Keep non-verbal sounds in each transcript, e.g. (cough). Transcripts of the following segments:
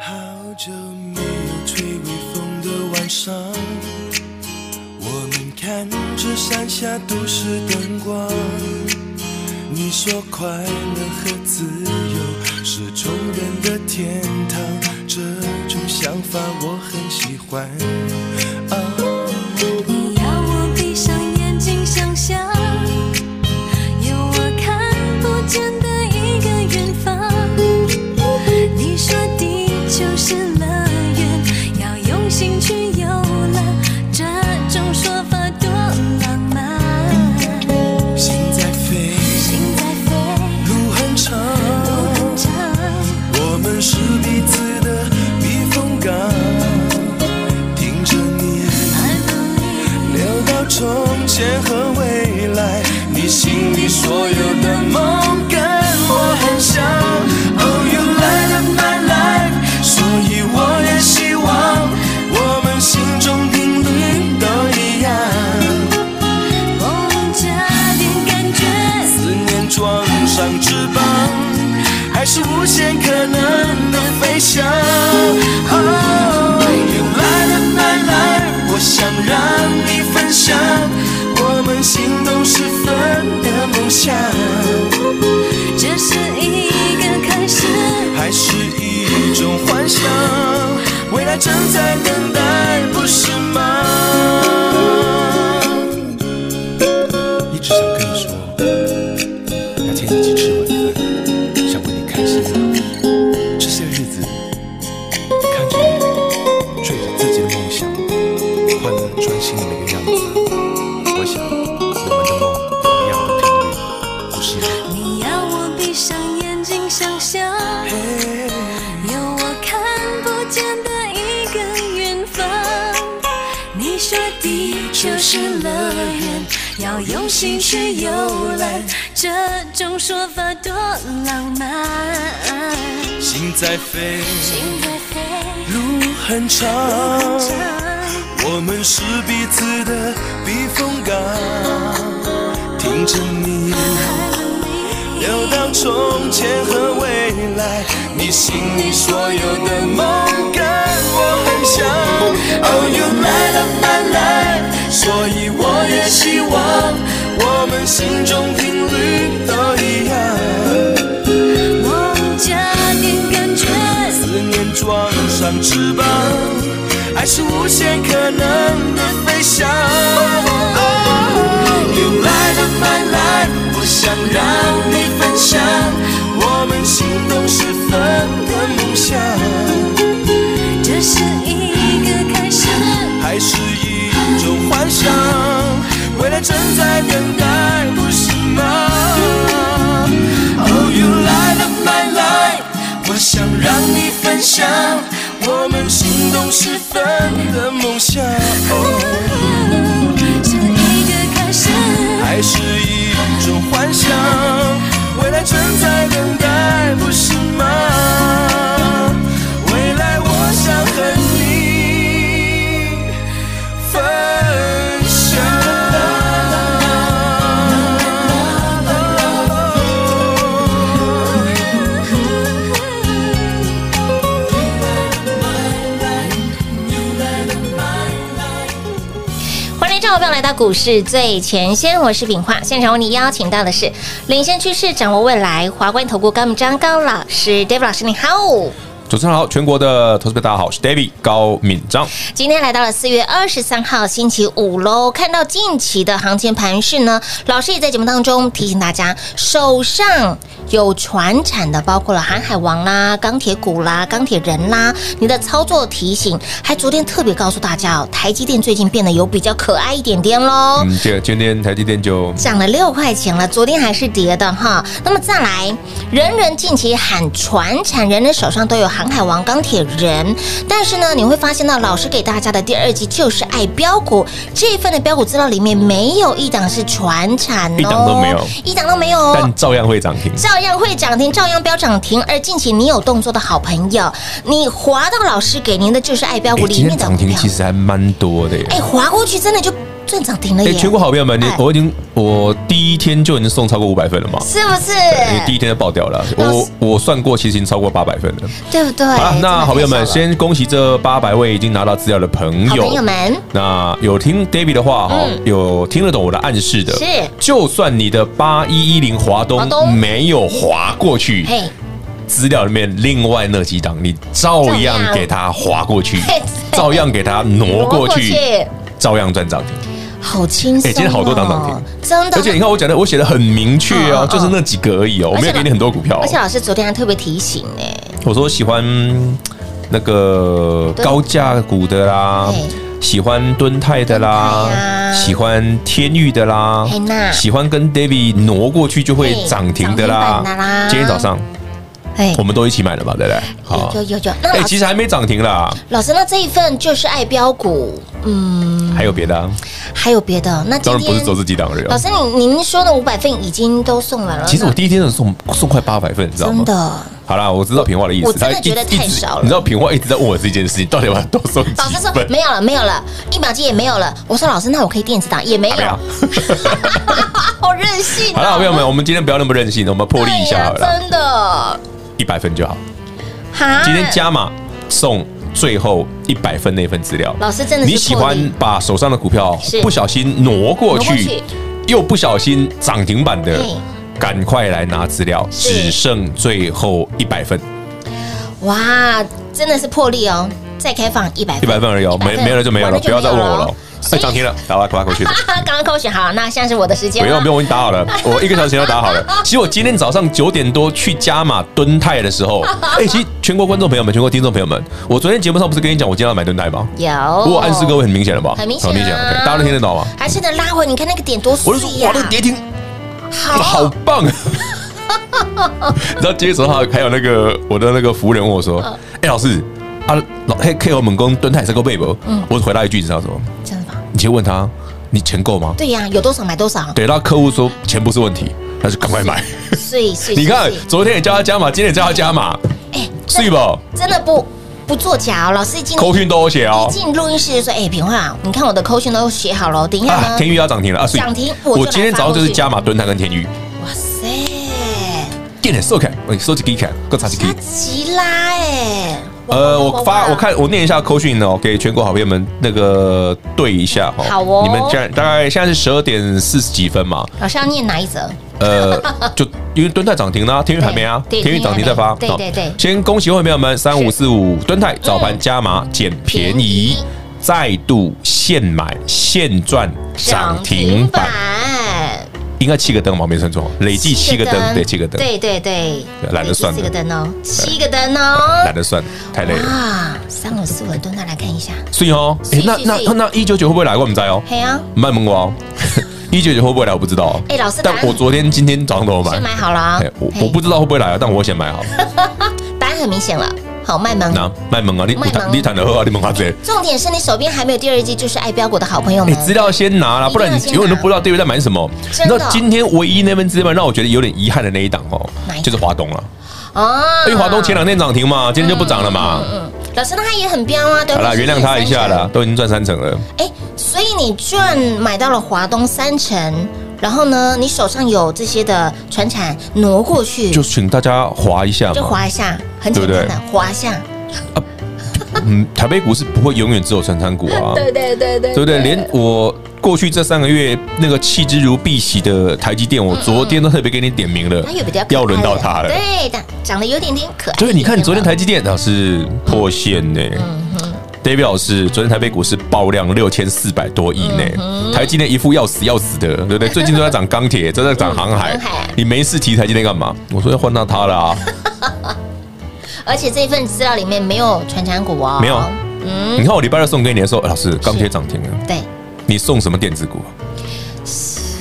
好久没有吹微风的晚上，我们看着山下都市灯光。你说快乐和自由是穷人的天堂，这种想法我很喜欢。啊，你要我闭上眼睛想象，有我看不见的一个远方。你说地球是乐园，要用心去游览，这种说法多浪漫。心在飞，心在飞，路很长，路很长，我们是彼此的避风港，听着你。 I believe 聊到从前和未来，你心里所有的梦跟我很像。Oh, you light up my life，所以我也希望我们心中频率都一样。梦加点感觉。思念装上翅膀，还是无限可能的飞翔。Oh, you light up my life，我想让你分享我们心动时分的梦想，这是一个开始，还是一种幻想，未来正在等待，不是吗？一直想跟你说，哪天一起吃晚饭，想为你开心啊。这些日子，看着你追着自己的梦想，快乐专心的那个样子，我想我们的梦一样的频率，不是吗？你要我闭上眼睛想象，有我看不见的一个远方。你说地球是乐园，要用心去游览，这种说法多浪漫。心在飞，心在飞，路很长，唱我们是彼此的避风港。听着你 I believe 聊到从前和未来，你心里所有的梦跟我很像。Oh, you light up my life，所以我也希望我们心中频率都一样。梦加点感觉。思念装上翅膀，爱是无限可能的飞翔。Oh, you light up my life，我想让你分享我们心动时分的梦想，这是一个开始，还是一种幻想，未来正在等待，不是吗？Oh, you light up my life，我想让你分享我们心动时分的梦想。哦是一个开始，还是一种幻想，未来正在等待，不是吗？未来我想和你分享。欢迎听众朋友来到股市最前线，我是品化。现场为你邀请到的是领先趋势、掌握未来华冠投顾高敏章高老师，David 老师，你好。主持人好，全国的投资者大家好，我是 David 高敏章。今天来到了四月二十三号星期五喽。看到近期的行情盘势呢，老师也在节目当中提醒大家，手上有船产的，包括了航海王啦、钢铁股啦、钢铁人啦，你的操作提醒，还昨天特别告诉大家哦，台积电最近变得有比较可爱一点点喽。嗯，这个今天台积电就涨了六块钱了，昨天还是跌的哈。那么再来，人人近期喊传产，人人手上都有航航海王、钢铁人。但是呢，你会发现到老师给大家的第二季就是爱标股这一份的标股资料里面，没有一档是船产哦，一档都没有一档都没有哦。但照样会涨停。照样会涨停，照样飙涨停。而近期你有动作的好朋友，你划到老师给您的就是爱标股哎里今面天的涨股停票其，实还蛮多的耶。哎，划过去真的就赚涨停了哎，耶！全国好朋友们，你哎我已经我第一天就已经送超过五百份了嘛？是不是？因为第一天就爆掉了，老我师我算过，其实已经超过八百份了。对不对？好了，真的那好朋友太们，少了先恭喜这八百位已经拿到资料的朋好友。朋友们，嗯那有听 David 的话哈、有听得懂我的暗示的，是就算你的八一一零华华东东没有划过去，嘿，资料里面另外那几档，你照样照样给它划 (laughs) 过去嘿，照样给它挪过去，照样赚涨停。好轻松、哦。哎今天好多档涨停，真的。而且你看我讲的，我写的很明确嗯哦嗯，就是那几个而已哦，我没有给你很多股票、而且哦。老师昨天还特别提醒哎、我说喜欢那个对高价股的啦嘿。喜欢敦泰的啦敦泰啊，喜欢天域的啦嘿呐，喜欢跟 David 挪过去就会嘿涨停的啦涨停板的啦。今天早上哎、我们都一起买了吧，对不对？好有，有有。那哎，老、其师，实还没涨停啦，老师，那这一份就是爱标股，嗯，还有别的啊，还有别的？那今当然不天是走自己档而已老啊。师，您您说的五百份已经都送完了。其实我第一天就送送快八百份，你知那道真吗？的，好啦，我知道平话的意我思，我真的一觉得一直太少了你知道平话一直在问我这件事情，到底要不要多送老师几说份？没有了，没有了，一秒机也没有了。我说老师，那我可以电子档也没有，哎没有。好任性、哦。好了，朋友们，我们今天不要那么任性，我们破例一下好对呀啊了，真的。一百分就好。哈，今天加码送最后一百分那份资料。老师真的是你喜破欢例把手上的股票是不小心挪过挪过去去，又不小心涨停板的嘿，赶快来拿资料，是只剩最后一百份，哇，真的是破例哦！再开放一百一百份而已哦，没没了就没有了，不要再问我了哦。哎，涨停了，打吧，打吧，(laughs) 过去了。刚刚扣选好，那现在是我的时间不用了不。用，我已经打好 (laughs) 了，我一个小时前就打好了。其实我今天早上九点多去加码敦泰的时候， (laughs) 哎、其实全国观众朋友们、全国听众朋友们，我昨天节目上不是跟你讲我今天要买敦泰吗？有，我暗示各位很明显了吧？哦很明显啊 OK，大家都听得到吗？还是能拉回，你看那个点多碎我就说呀哇，那个跌停好好，棒！啊 (laughs) 然后接着还还有那个我的那个服务员问我说：“嗯哎、老师啊，老黑 K O 猛攻敦泰是够背不？”嗯我只回答一句，你知道什么？真的吗？你先问他，你钱够吗？对呀，有多少买多 (laughs) 少，对，那客户说钱不是问题，那就赶快买。碎碎。你看碎碎，昨天也叫他加码，今天也叫他加码，哎，是不？真的不不作假哦，老师今口天讯都有写哦一。进录音室就说，哎，平话，你看我的扣讯都写好了，等一下啊，哎呢天，宇要涨停了啊！所以涨停我就我今天早上就是加码蹲泰跟天宇，哇塞，电点收看，哎，收几 K 看，各差几 K 他。急拉哎，呃，我哇发哇我看我念一下口讯哦，给全国好朋友们那个对一下哈。好哦你们现在大概现在是十二点四十几分嘛？老师要念哪一则？呃，就因为敦泰涨停啦，天宇还没啊，对天宇涨停再发。对好对对嗯先恭喜会员朋友们，三五四五敦泰早盘加码捡便宜便宜，再度现买现赚涨停板，板，应该七个灯吧？没算错，累计七个灯，对，七个灯，对对对，懒得算了哎七个灯哦，七个灯哦懒，得算，太累了。哇，三五四五蹲下来看一下，所以哦，哎是那是那是那那一九九会不会来？我们在哦。 (laughs) 嘿啊，卖萌瓜，一九九会不会来？我不知道。哦哎老师答但案我昨天、今天早上都有买先。买好了啊哎，，我嘿我不知道会不会来啊，但我先买好。答案很明显了，好卖萌。那卖萌啊，你嗯卖萌你谈你谈的喝啊，你萌啊这。重点是你手边还没有第二季，就是爱标股的好朋友哎，们，资料先拿啦，一定要不然你先拿永远都不知道对面在买什么。真的那今天唯一那份资料让我觉得有点遗憾的那一档哦哪一，档就是华东了。哦因哎为华东前两天涨停嘛，今天就不涨了嘛。嗯，老师那他也很彪啊，对不好对啦，原谅他一下啦，。都已经赚三成了。哎，所以你赚买到了华东三成，然后呢，你手上有这些的船产挪过去，就请大家划一下就嘛。划一下，很简单的对划一下。嗯，台北股市不会永远只有传产股啊。 (laughs) 对对对对不对？连我过去这三个月那个弃之如敝屣的台积电，我昨天都特别给你点名了它有比较可爱，的要轮到它了。对的，长得有点点哦可爱。对，你看你昨天台积电老师破线呢、David 嗯老师，昨天台北股市爆量六千四百多亿呢、嗯台积电一副要死要死的，对 (laughs) 不对？最近都在涨钢铁，都在涨航海航海，你没事提台积电干嘛？我说要换到它了啊，而且这份资料里面没有传产股哦，没有。你看我礼拜二送给你的时候，哎老师钢铁涨停了，对，你送什么电子股？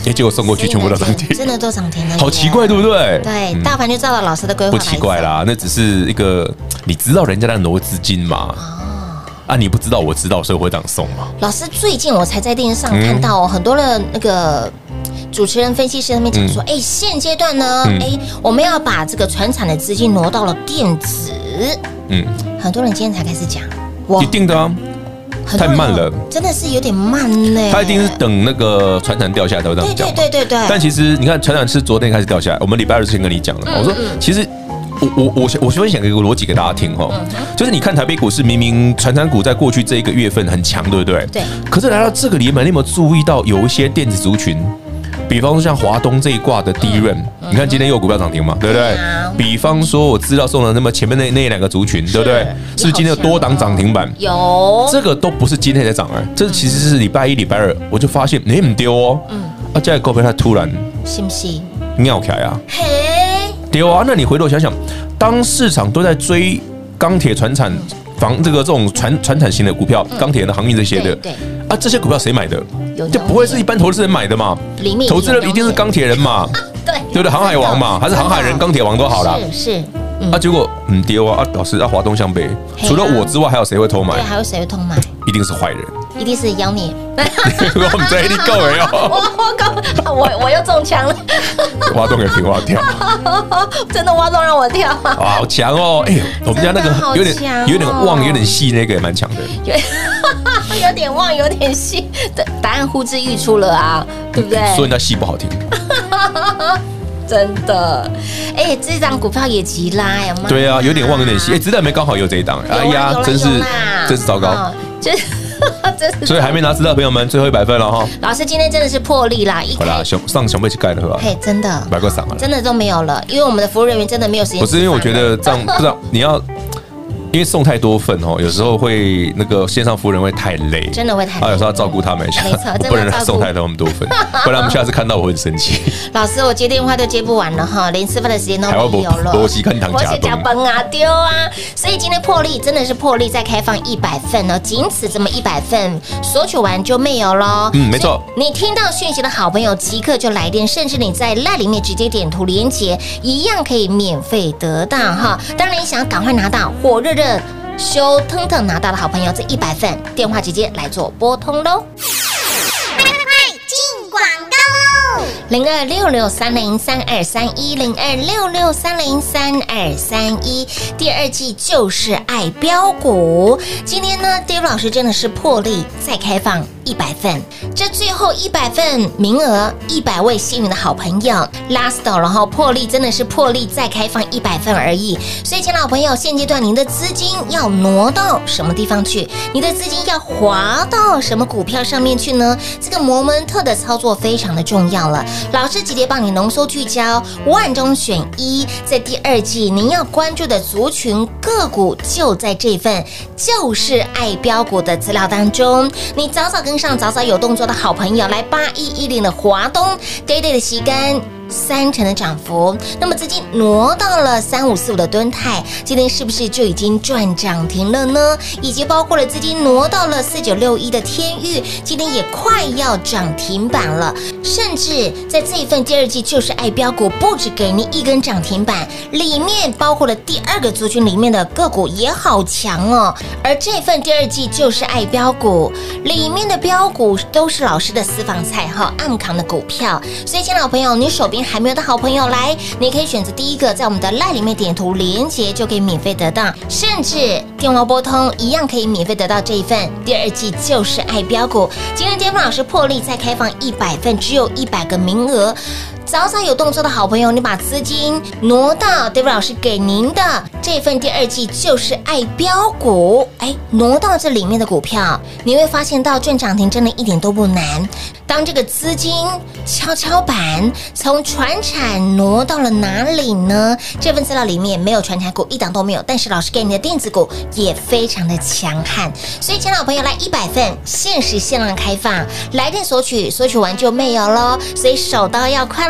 哎，结果送过去全部都涨停，真的都涨停了，好奇怪，对不对？嗯对，大盘就照了老师的规划，不奇怪。啦，啊那只是一个你知道人家在挪资金嘛？啊，你不知道，我知道，所以我会这样送嘛。老师最近我才在电视上看到、哦很多的那个主持人、分析师他嗯们讲说，哎、现阶段呢，哎、我们要把这个船产的资金挪到了电子，嗯，很多人今天才开始讲，哇一，定的啊，很多人太慢了，真的是有点慢呢。他一定是等那个船产掉下来才会这对样讲对嘛。对对对，但其实你看，船长是昨天开始掉下来，我们礼拜二之前跟你讲了嘛，我说其实。我我我我分享一个逻辑给大家听哈，就是你看台北股市明明传产股在过去这一个月份很强，对不对？对。可是来到这个礼拜，你有没有注意到有一些电子族群，比方说像华东这一挂的第一嗯润，你看今天又有股票涨停嘛，对不对对啊？比方说我知道送了那么前面那那两个族群，对不对？是是不是今天有多档涨停板？有这个都不是今天在涨哎、这其实是礼拜一、礼拜二，我就发现你很丢哦。嗯，啊，这股票它突然信不信？尿起来啊，嘿，丢啊！那你回头想想，当市场都在追钢铁、船产、房这个这种船船产型的股票，钢铁的航运这些的，嗯对啊，这些股票谁买的有？就不会是一般投资人买的嘛？对，里面投资人一定是钢铁人嘛，对对不对？航海王嘛，还是航海人、钢铁王都好啦。是是，嗯啊，，结果嗯丢啊！啊，老师啊，华东向北，嘿啊除了我之外，还有谁会偷买对，？啊还有谁会偷买？一定是坏人。 (laughs) 一定是妖孽。 (laughs) 我们在一定够了我哟， (laughs) 我刚我我又中枪了，挖洞给平挖掉。真的挖中让我跳。啊哇，好强哦！哎、我们家那真的好个有点、强哦有点旺，有点细，那个也蛮强的。有 (laughs) 有点忘，有点细，答答案呼之欲出了啊，对不对？说人家细不好听，真的，哎、这张股票也急拉呀，妈对啊，有点旺，有点细。哎、子弹没刚好有这一档，有啦啊哎呀有，啦真是有啦真是糟糕哦。真 (laughs) 真是。所以还没拿资料的朋友们，最后一百份了哈。老师今天真的是破例啦，一好啦，熊上熊被去盖了是吧？嘿，真的买过赏了。真的都没有了，因为我们的服务人员真的没有时间吃不饭了。是因为我觉得这样，不知道你要，因为送太多份哦，有时候会那个线上服务人会太累，真的会太累啊，有时候要照顾他们一下没错， (laughs) 我不能真的让他要照顾送太多那么多份，不然他们下次看到我会很生 (laughs) 气。老师，我接电话都接不完了哈，连吃饭的时间都没台湾有了。没没时间通吃饭我是假崩啊，丢啊！所以今天破例真的是破例，再开放一百份哦，仅此这么一百份，索取完就没有喽。嗯没错。你听到讯息的好朋友，即刻就来电，甚至你在赖里面直接点图连接，一样可以免费得到哈。当然，你想赶快拿到火热热。修腾腾拿到的好朋友，这一百份电话直接来做拨通喽。零二六六三零三二三一零二六六三零三二三一，第二季就是爱标股。今天呢，Dave 老师真的是破例再开放一百份，这最后一百份名额，一百位幸运的好朋友 last，然后破例真的是破例再开放一百份而已。所以，亲爱的好朋友，现阶段您的资金要挪到什么地方去？你的资金要滑到什么股票上面去呢？这个摩门特的操作非常的重要了。老师直接帮你浓缩聚焦，万中选一，在第二季您要关注的族群个股就在这份就是爱标股的资料当中。你早早跟上，早早有动作的好朋友，来八一一零的华东 day day 的旗杆。三成的涨幅，那么资金挪到了三五四五的吨泰，今天是不是就已经赚涨停了呢？以及包括了资金挪到了四九六一的天域，今天也快要涨停板了。甚至在这一份第二季就是爱标股，不止给您一根涨停板，里面包括了第二个族群里面的个股也好强哦。而这份第二季就是爱标股里面的标股都是老师的私房菜哈，暗扛的股票。所以，亲爱的好朋友，你手边还没有的好朋友来，你可以选择第一个，在我们的 LINE 里面点图连接就可以免费得到，甚至电话拨通一样可以免费得到这一份第二季就是爱标股。今天 d a 老师破例再开放一百份，只有一百个名额。早早有动作的好朋友，你把资金挪到 David 老师给您的这份第二季就是爱标股，哎，挪到这里面的股票，你会发现到赚涨停真的一点都不难。当这个资金跷跷板从船产挪到了哪里呢？这份资料里面没有船产股，一档都没有，但是老师给你的电子股也非常的强悍，所以，请老朋友来一百份，限时限量开放，来电索取，索取完就没有喽，所以手刀要快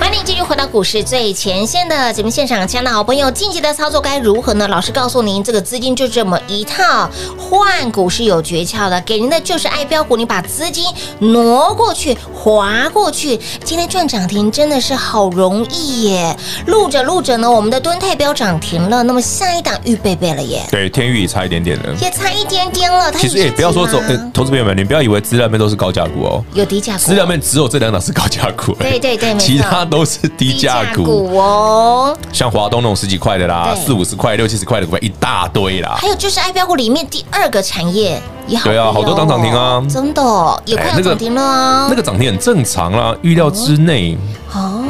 欢迎继续回到股市最前线的节目现场，亲爱的好朋友，近期的操作该如何呢？老师告诉您，这个资金就这么一套，换股是有诀窍的，给您的就是爱标股，你把资金挪过去、划过去，今天赚涨停真的是好容易耶！录着录着呢，我们的蹲泰标涨停了，那么下一档预备备了耶，对，天宇也差一点点的。也差一点点了。它其实也也是不要说几走，吗哎投资朋友们，你不要以为资料面都是高价股哦，有低价股，资料面只有这两档是高价股，哎对对对没错其他都是低价股，哦。像华东那种十几块的啦，对四五十块、六七十块的股票一大堆啦。还有就是爱标股里面第二个产业也好、哦啊对啊好多档涨停啊真的哦也快哎要那个涨停了啊、那个涨停很正常啦，预料之内。哦，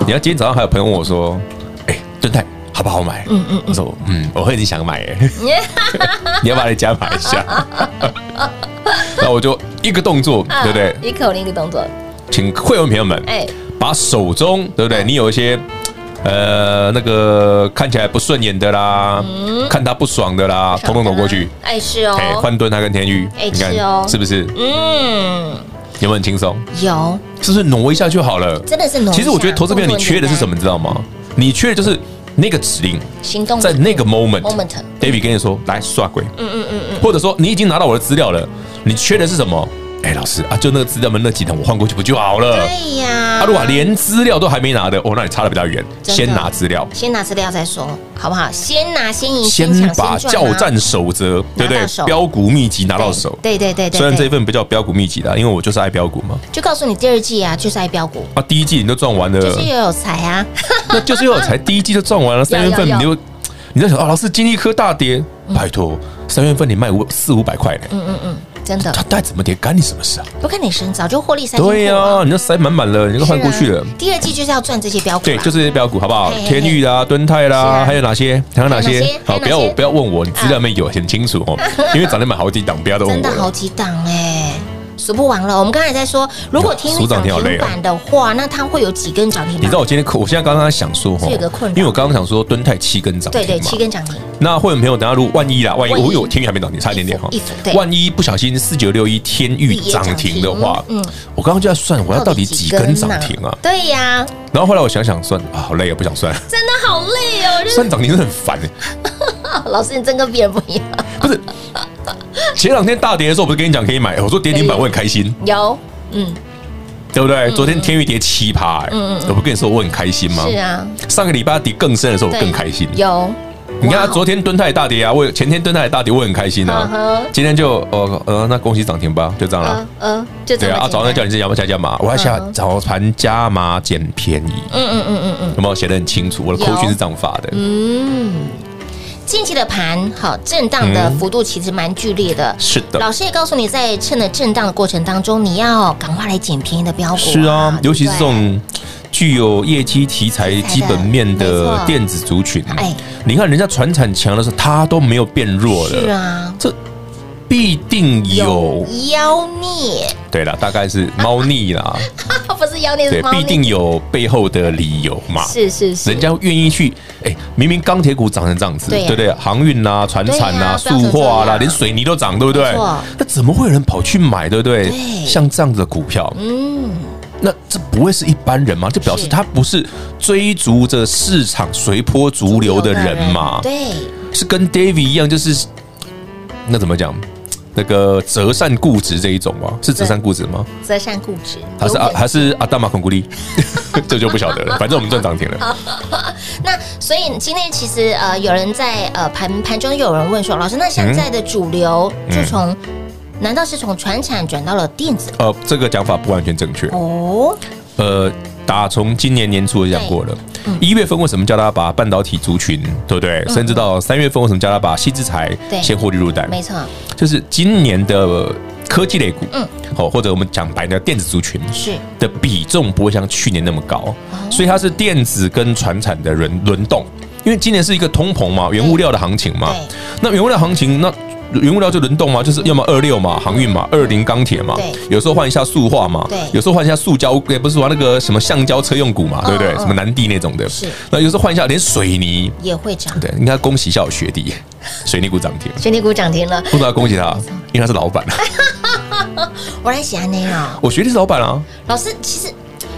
你看今天早上还有朋友问我说：“哎、盾泰好不好买？”嗯嗯，我说：“嗯，我会很想 (laughs) 买。” (laughs) 哎，你要不要来加码一下？ (laughs) 那我就一个动作，对不对？一口令一个动作，请会员朋友们，啊哎，把手中对不对？你有一些呃那个看起来不顺眼的啦，看他不爽的啦，统统走过去。哎是嗯哦，哎，换盾他跟天宇，哎你看是哦是不是嗯，有没有很轻松？有，是不是挪一下就好了？真的是挪一下其实我觉得投资朋友你缺的是什么，你知道吗？你缺的就是那个指令，行动在那个嗯 moment， moment，David 跟你说来刷鬼，嗯嗯嗯嗯，或者说你已经拿到我的资料了，你缺的是什么？哎，老师啊，就那个资料们那几档我换过去不就好了？对呀、啊，如果连资料都还没拿的，哦，那你差的比较远，真的先拿资料，先拿资料再说，好不好？先拿先赢，先抢把赚教啊战守则，对不拿对到手？标股秘籍拿到手，对对对对，虽然这对份不叫标股秘籍啦，因为我就是爱标股嘛。就告诉你第二季啊，就是爱标股，啊，第一季你都赚完了，就是又有财啊， (laughs) 那就是因为我才第一季就赚完了，三月份有你就你在想啊，老师金利科大跌，拜托，三月份你卖五四五百块呢，真的它，再怎么跌干你什么事啊？不看你身，早就获利三千对股呀，啊，你都塞满满了，你这都换过去了。第二季就是要赚这些标股啊，对，就是这些标股，好不好嘿嘿？嘿天域啦、敦泰是啊啦，还有哪些？还有哪还有些哪些？还好，有哪不些啊要不要问我，你资料里面有很 (laughs) 清楚哦，因为涨停板好几档，不要再问真的我好了。几档哎、数不完了。我们刚才在说，如果天宇数涨涨停好停累哦板的话，那它会有几根涨停板？你知道我今天，我现在刚刚在想说哈是有个困扰，因为我刚刚想说敦泰七根涨停对对，嘛，七根涨停，那会员朋友，等下如果万一啦，万一万一我有天宇还没涨停，差一点点哈一幅对。万一不小心四九六一天宇涨停的话，嗯嗯嗯，我刚刚就在算我要到底几根涨停啊？对呀、然后后来我想想算啊，好累啊，不想 (laughs) 算，真的好累哦。就是算涨停真的很烦欸。老师，你真跟别人不一样。不是，前两天大跌的时候，我不是跟你讲可以买？我说跌停板我很开心，有，嗯，对不对？昨天天宇跌七趴，欸我不跟你说我很开心吗？是啊，上个礼拜跌更深的时候，我对更开心。有，你看，昨天敦泰大跌啊，我前天敦泰大跌，我很开心嗯啊哼。今天就呃呃，那恭喜涨停吧，就这样啦嗯。嗯，就这对么啊，啊简单早上叫你自己要不要加加码，我要下嗯早盘加码捡便宜，嗯嗯嗯嗯嗯有没有写的很清楚？我的有口讯是这样发的，嗯，近期的盘好震荡的嗯幅度其实蛮剧烈的。是老的，师也告诉你，在趁着震荡的过程当中，你要赶快来捡便宜的标股、是啊，尤其是这对不对啊种具有业绩题材基本面没的错电子族群哎，你看人家船产强的时候，它都没有变弱是了，啊，这必定有。妖孽，对了，大概是猫腻啦，不是妖孽，对是，啊猫必腻，定有背后的理由嘛。是是是，人家愿意去，哎，明明钢铁股涨成这样子，对呀对不对？航运啦、船产啦、对呀塑化不要成这啦，样连水泥都涨，对不对没错？那怎么会有人跑去买，对不对对？像这样子的股票，嗯，那这不会是一般人吗？这表是示他不是追逐着市场随波逐流的人嘛？对，啊是跟 David 一样，就是那怎么讲？那个折扇固执这一种吗？是折扇固执吗？择善固执，还是有啊点还是阿大马孔古力？ (laughs) 这就不晓得了。反正我们赚涨停啊了，那所以今天其实嗯呃，有人在呃盘盘中有人问说，老师，那现在的主流就从难道是从船产转到了电子？呃，这个讲法不完全正确。哦，呃，打从今年年初就讲过了，嗯一、月份为什么叫大家把半导体族群，对不对？甚至到三月份为什么叫大家把细制材对先获利入袋？没错，就是今年的科技类股，嗯嗯，好，或者我们讲白的电子族群是的比重不会像去年那么哦高，所以它是电子跟船产的轮轮动，因为今年是一个通膨嘛，原物料的行情嘛对，那原物料行情那。原物料就轮动嘛，就是要么二六嘛，航运嘛，二零钢铁嘛对，有时候换一下塑化嘛对，有时候换一下塑胶，也不是玩那个什么橡胶车用股嘛，对不对嗯？嗯什么南地那种的是，那有时候换一下，连水泥，也会涨。对，应该恭喜一下我学弟，水泥股涨停，水泥股涨停了，不知道恭喜他，因为他是老板。啊 (laughs) 我来写安内哦。我学弟是老板啊，老师，其实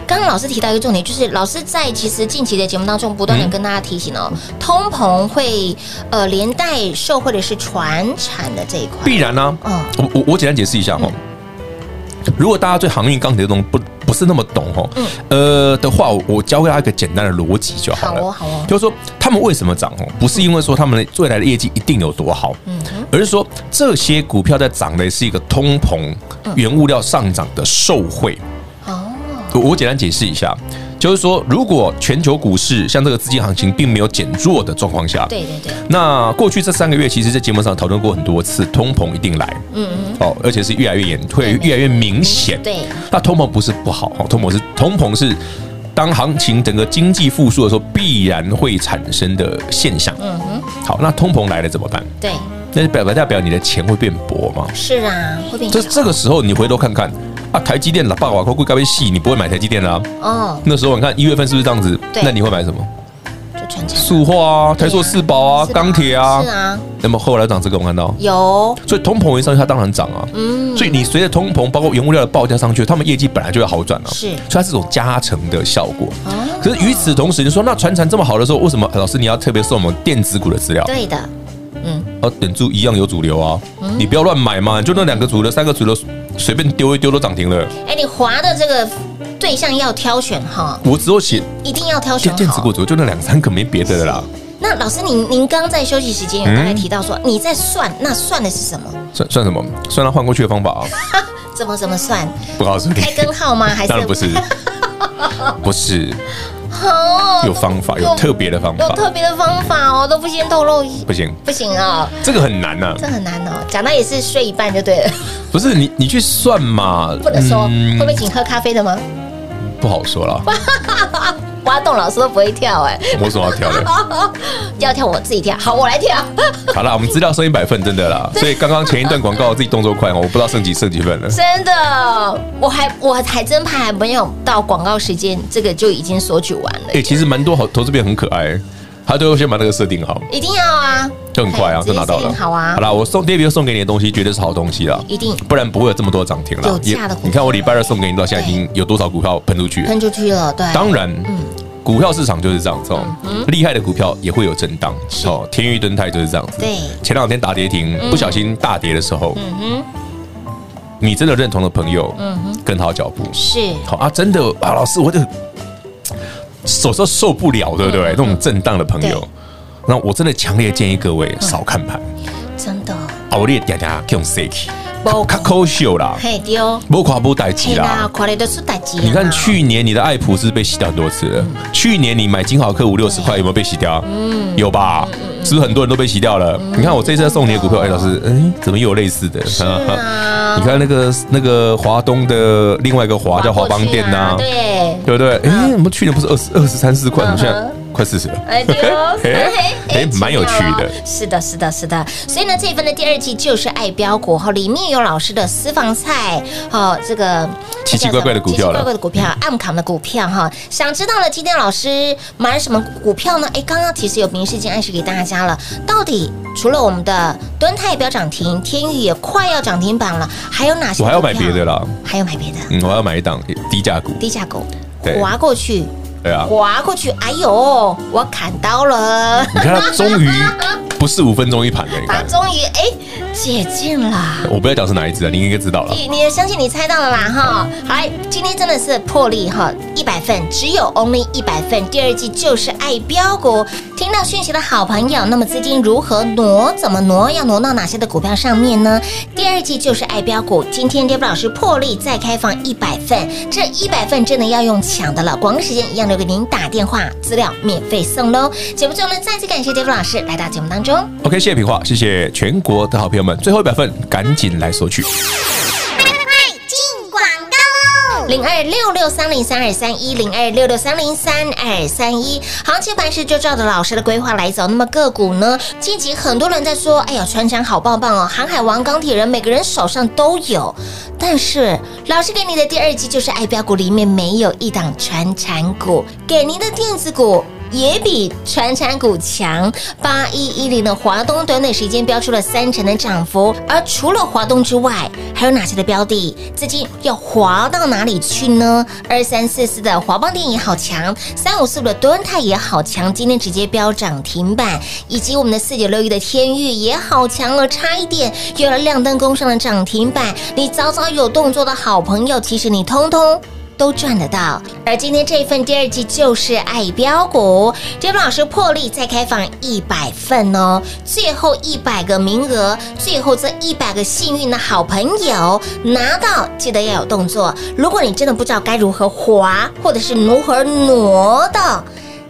刚刚老师提到一个重点，就是老师在其实近期的节目当中不断的嗯跟大家提醒哦，通膨会呃连带受惠的是船产的这一块。必然啊。嗯我我我简单解释一下哈、如果大家对航运、钢铁这种不不是那么懂哈，嗯呃的话，我我教给大家一个简单的逻辑就好了。好哦好哦就是说他们为什么涨哦，不是因为说他们的未来的业绩一定有多好，嗯而是说这些股票在涨的是一个通膨、原物料上涨的受惠。嗯哦，我我简单解释一下，就是说，如果全球股市像这个资金行情并没有减弱的状况下，对对对，那过去这三个月，其实在节目上讨论过很多次，通膨一定来，嗯嗯，哦，而且是越来越严，会越来越明显。对，那通膨不是不好，哦，通膨是通膨是当行情整个经济复苏的时候必然会产生的现象。嗯哼，好，那通膨来了怎么办？对，那表代表你的钱会变薄吗？是啊，会变这小这个时候你回头看看啊，台积电喇叭瓦扣贵该被细，你不会买台积电啦、啊哦，那时候你看一月份是不是这样子？对那你会买什么？就船产塑化啊，台塑四宝啊，是吧钢铁啊是。啊，那么后来涨这个我看到。有哦所以通膨一上去，它当然涨啊。嗯所以你随着通膨，包括原物料的报价上去，他们业绩本来就要好转啊。是所以它是种加成的效果。哦，可是与此同时，你说那船产这么好的时候，为什么呃老师你要特别送我们电子股的资料？对的，要等住一样有主流啊，嗯你不要乱买嘛，你就那两个主流、三个主流随便丢一丢都涨停了。哎，你划的这个对象要挑选哈，我只有写一定要挑选电好。电子股主流，就那两三个，没别的了啦。那老师，您您刚在休息时间有嗯大概提到说，你在算，那算的是什么？算算什么？算它换过去的 (laughs) 方法啊？怎么怎么 (laughs) 算？不告诉你。开根号吗？还是当然不是，不是 (laughs) 哦，有方法，有有特别的方 (laughs) 有法，特别的方法哦，都不先透露，不行。不行哦，这个很难呐、这很难哦。讲到也是睡一半就对了， (laughs) 不是你你去算嘛，嗯不能说、会不会请喝咖啡的吗？ (laughs) 不好说啦，挖洞老师都不会跳哎、我所要挑的。 (laughs) 要跳我自己跳，好，我来跳。好啦，我们资料剩一百份，真的啦。所以刚刚前一段广告自己动作快哦，我不知道剩几剩几份了。真的，我还我还真怕还没有到广告时间，这个就已经索取完了哎、。其实蛮多好投资片很可爱，他都会先把那个设定好，一定要啊，就很快啊，哎就拿到直接了。 setting 好啊好，啦，我送 David 送给你的东西绝对是好东西啦，一定不然不会有这么多涨停啦有。价的股票啊你看我礼拜二送给你到现在已经有多少股票喷出去了？喷出去了，对，当然，嗯股票市场就是这样子哦，厉害的股票也会有震荡哦。天域敦泰就是这样子，对嗯前两天打跌停，不小心大跌的时候，你真的认同的朋友，嗯跟好脚步，是好啊，真的啊，老师，我就有时候受不了，对不对？那种震荡的朋友嗯对，嗯那我真的强烈建议各位少看盘，啊真的，熬夜嗲嗲用 s a k 没 e 卡扣秀啦，嘿丢。不垮不待机嘿啦啦，。快乐的出代志。啊你看，去年你的爱普是被洗掉很多次了。去年你买金豪科五六十块，有没有被洗掉？有吧？是不是很多人都被洗掉了？你看我这次要送你的股票，哎，老师，哎，怎么又有类似的？啊 (laughs) 你看那个那个华东的另外一个华啊叫华邦店嗯呐，啊对，对不对？哎，我们去年不是二十二十三四块，我们现在快四十了。，哎对哦哎哎蛮有趣的。是的，是的，是的。所以呢，这一份的第二季就是爱标股哈，里面有老师的私房菜，哦，这个奇奇怪怪的股奇票奇了怪怪的股票，暗扛的股票哈。想知道了，今天老师买了什么股票呢？哎，刚刚其实有明示已经暗示给大家了，到底除了我们的敦泰标涨停，天宇也快要涨停板了，还有哪些？我还要买别的，啦，还要买别的嗯，我要买一档低价股，低价股，对划过去。对啊。划过去，哎呦，我砍到了！ (laughs) 你看它终于不是五分钟一盘了，你他看终于哎，解禁啦。我不要讲是哪一只啊，你应该知道了。你你也相信你猜到了啦哈！好来，今天真的是破例哈，一百份只有 only 一百份，第二季就是爱标股。听到讯息的好朋友，那么资金如何挪？怎么挪？要挪到哪些的股票上面呢？第二季就是爱标股，今天 d a v 老师破例再开放一百份，这一百份真的要用抢的了。广告时间一样留给您打电话，资料免费送喽。节目最后呢，再次感谢 d a v 老师来到节目当中。 OK，谢谢平话，谢谢全国的好朋友们，最后一百份赶紧来索取。进广告喽！零二六六三零三二三一零二六六三零三二三一，行情盘是就照着老师的规划来走。那么个股呢？近期很多人在说，哎呀，船长好棒棒哦，航海王、钢铁人，每个人手上都有。但是老师给你的第二季就是爱标股里面没有一档传产股，给您的电子股。也比传产股强。八一一零的华东短短时间标出了三成的涨幅，而除了华东之外，还有哪些的标的资金要滑到哪里去呢？二三四四的华邦电也好强，三五四五的敦泰也好强，今天直接飙涨停板，以及我们的四九六一的天域也好强了，差一点有了亮灯工上的涨停板。你早早有动作的好朋友，其实你通通。都赚得到。而今天这一份第二季就是爱标股，杰老师破例再开放一百份哦，最后一百个名额，最后这一百个幸运的好朋友拿到，记得要有动作。如果你真的不知道该如何划，或者是如何挪到。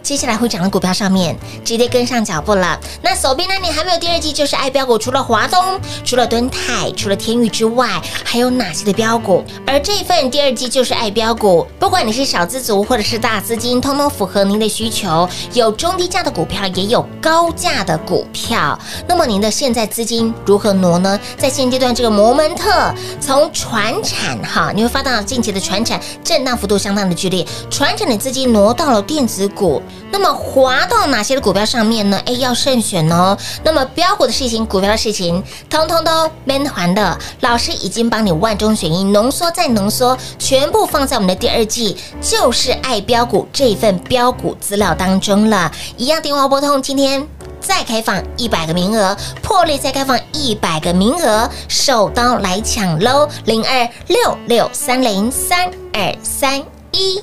接下来会涨的股票上面，直接跟上脚步了。那手边呢，你还没有第二季就是爱标股，除了华东、除了敦泰、除了天域之外，还有哪些的标股？而这份第二季就是爱标股，不管你是小资族或者是大资金，通通符合您的需求。有中低价的股票，也有高价的股票。那么您的现在资金如何挪呢？在现阶段这个摩门特，从船产哈，你会发到近期的船产震荡幅度相当的剧烈，船产的资金挪到了电子股。那么滑到哪些的股票上面呢？哎，要慎选哦。那么标股的事情、股票的事情，通通都闷环的。老师已经帮你万中选一，浓缩再浓缩，全部放在我们的第二季就是爱标股这一份标股资料当中了。一样电话拨通，今天再开放一百个名额，破例再开放一百个名额，手刀来抢喽！零二六六三零三二三一。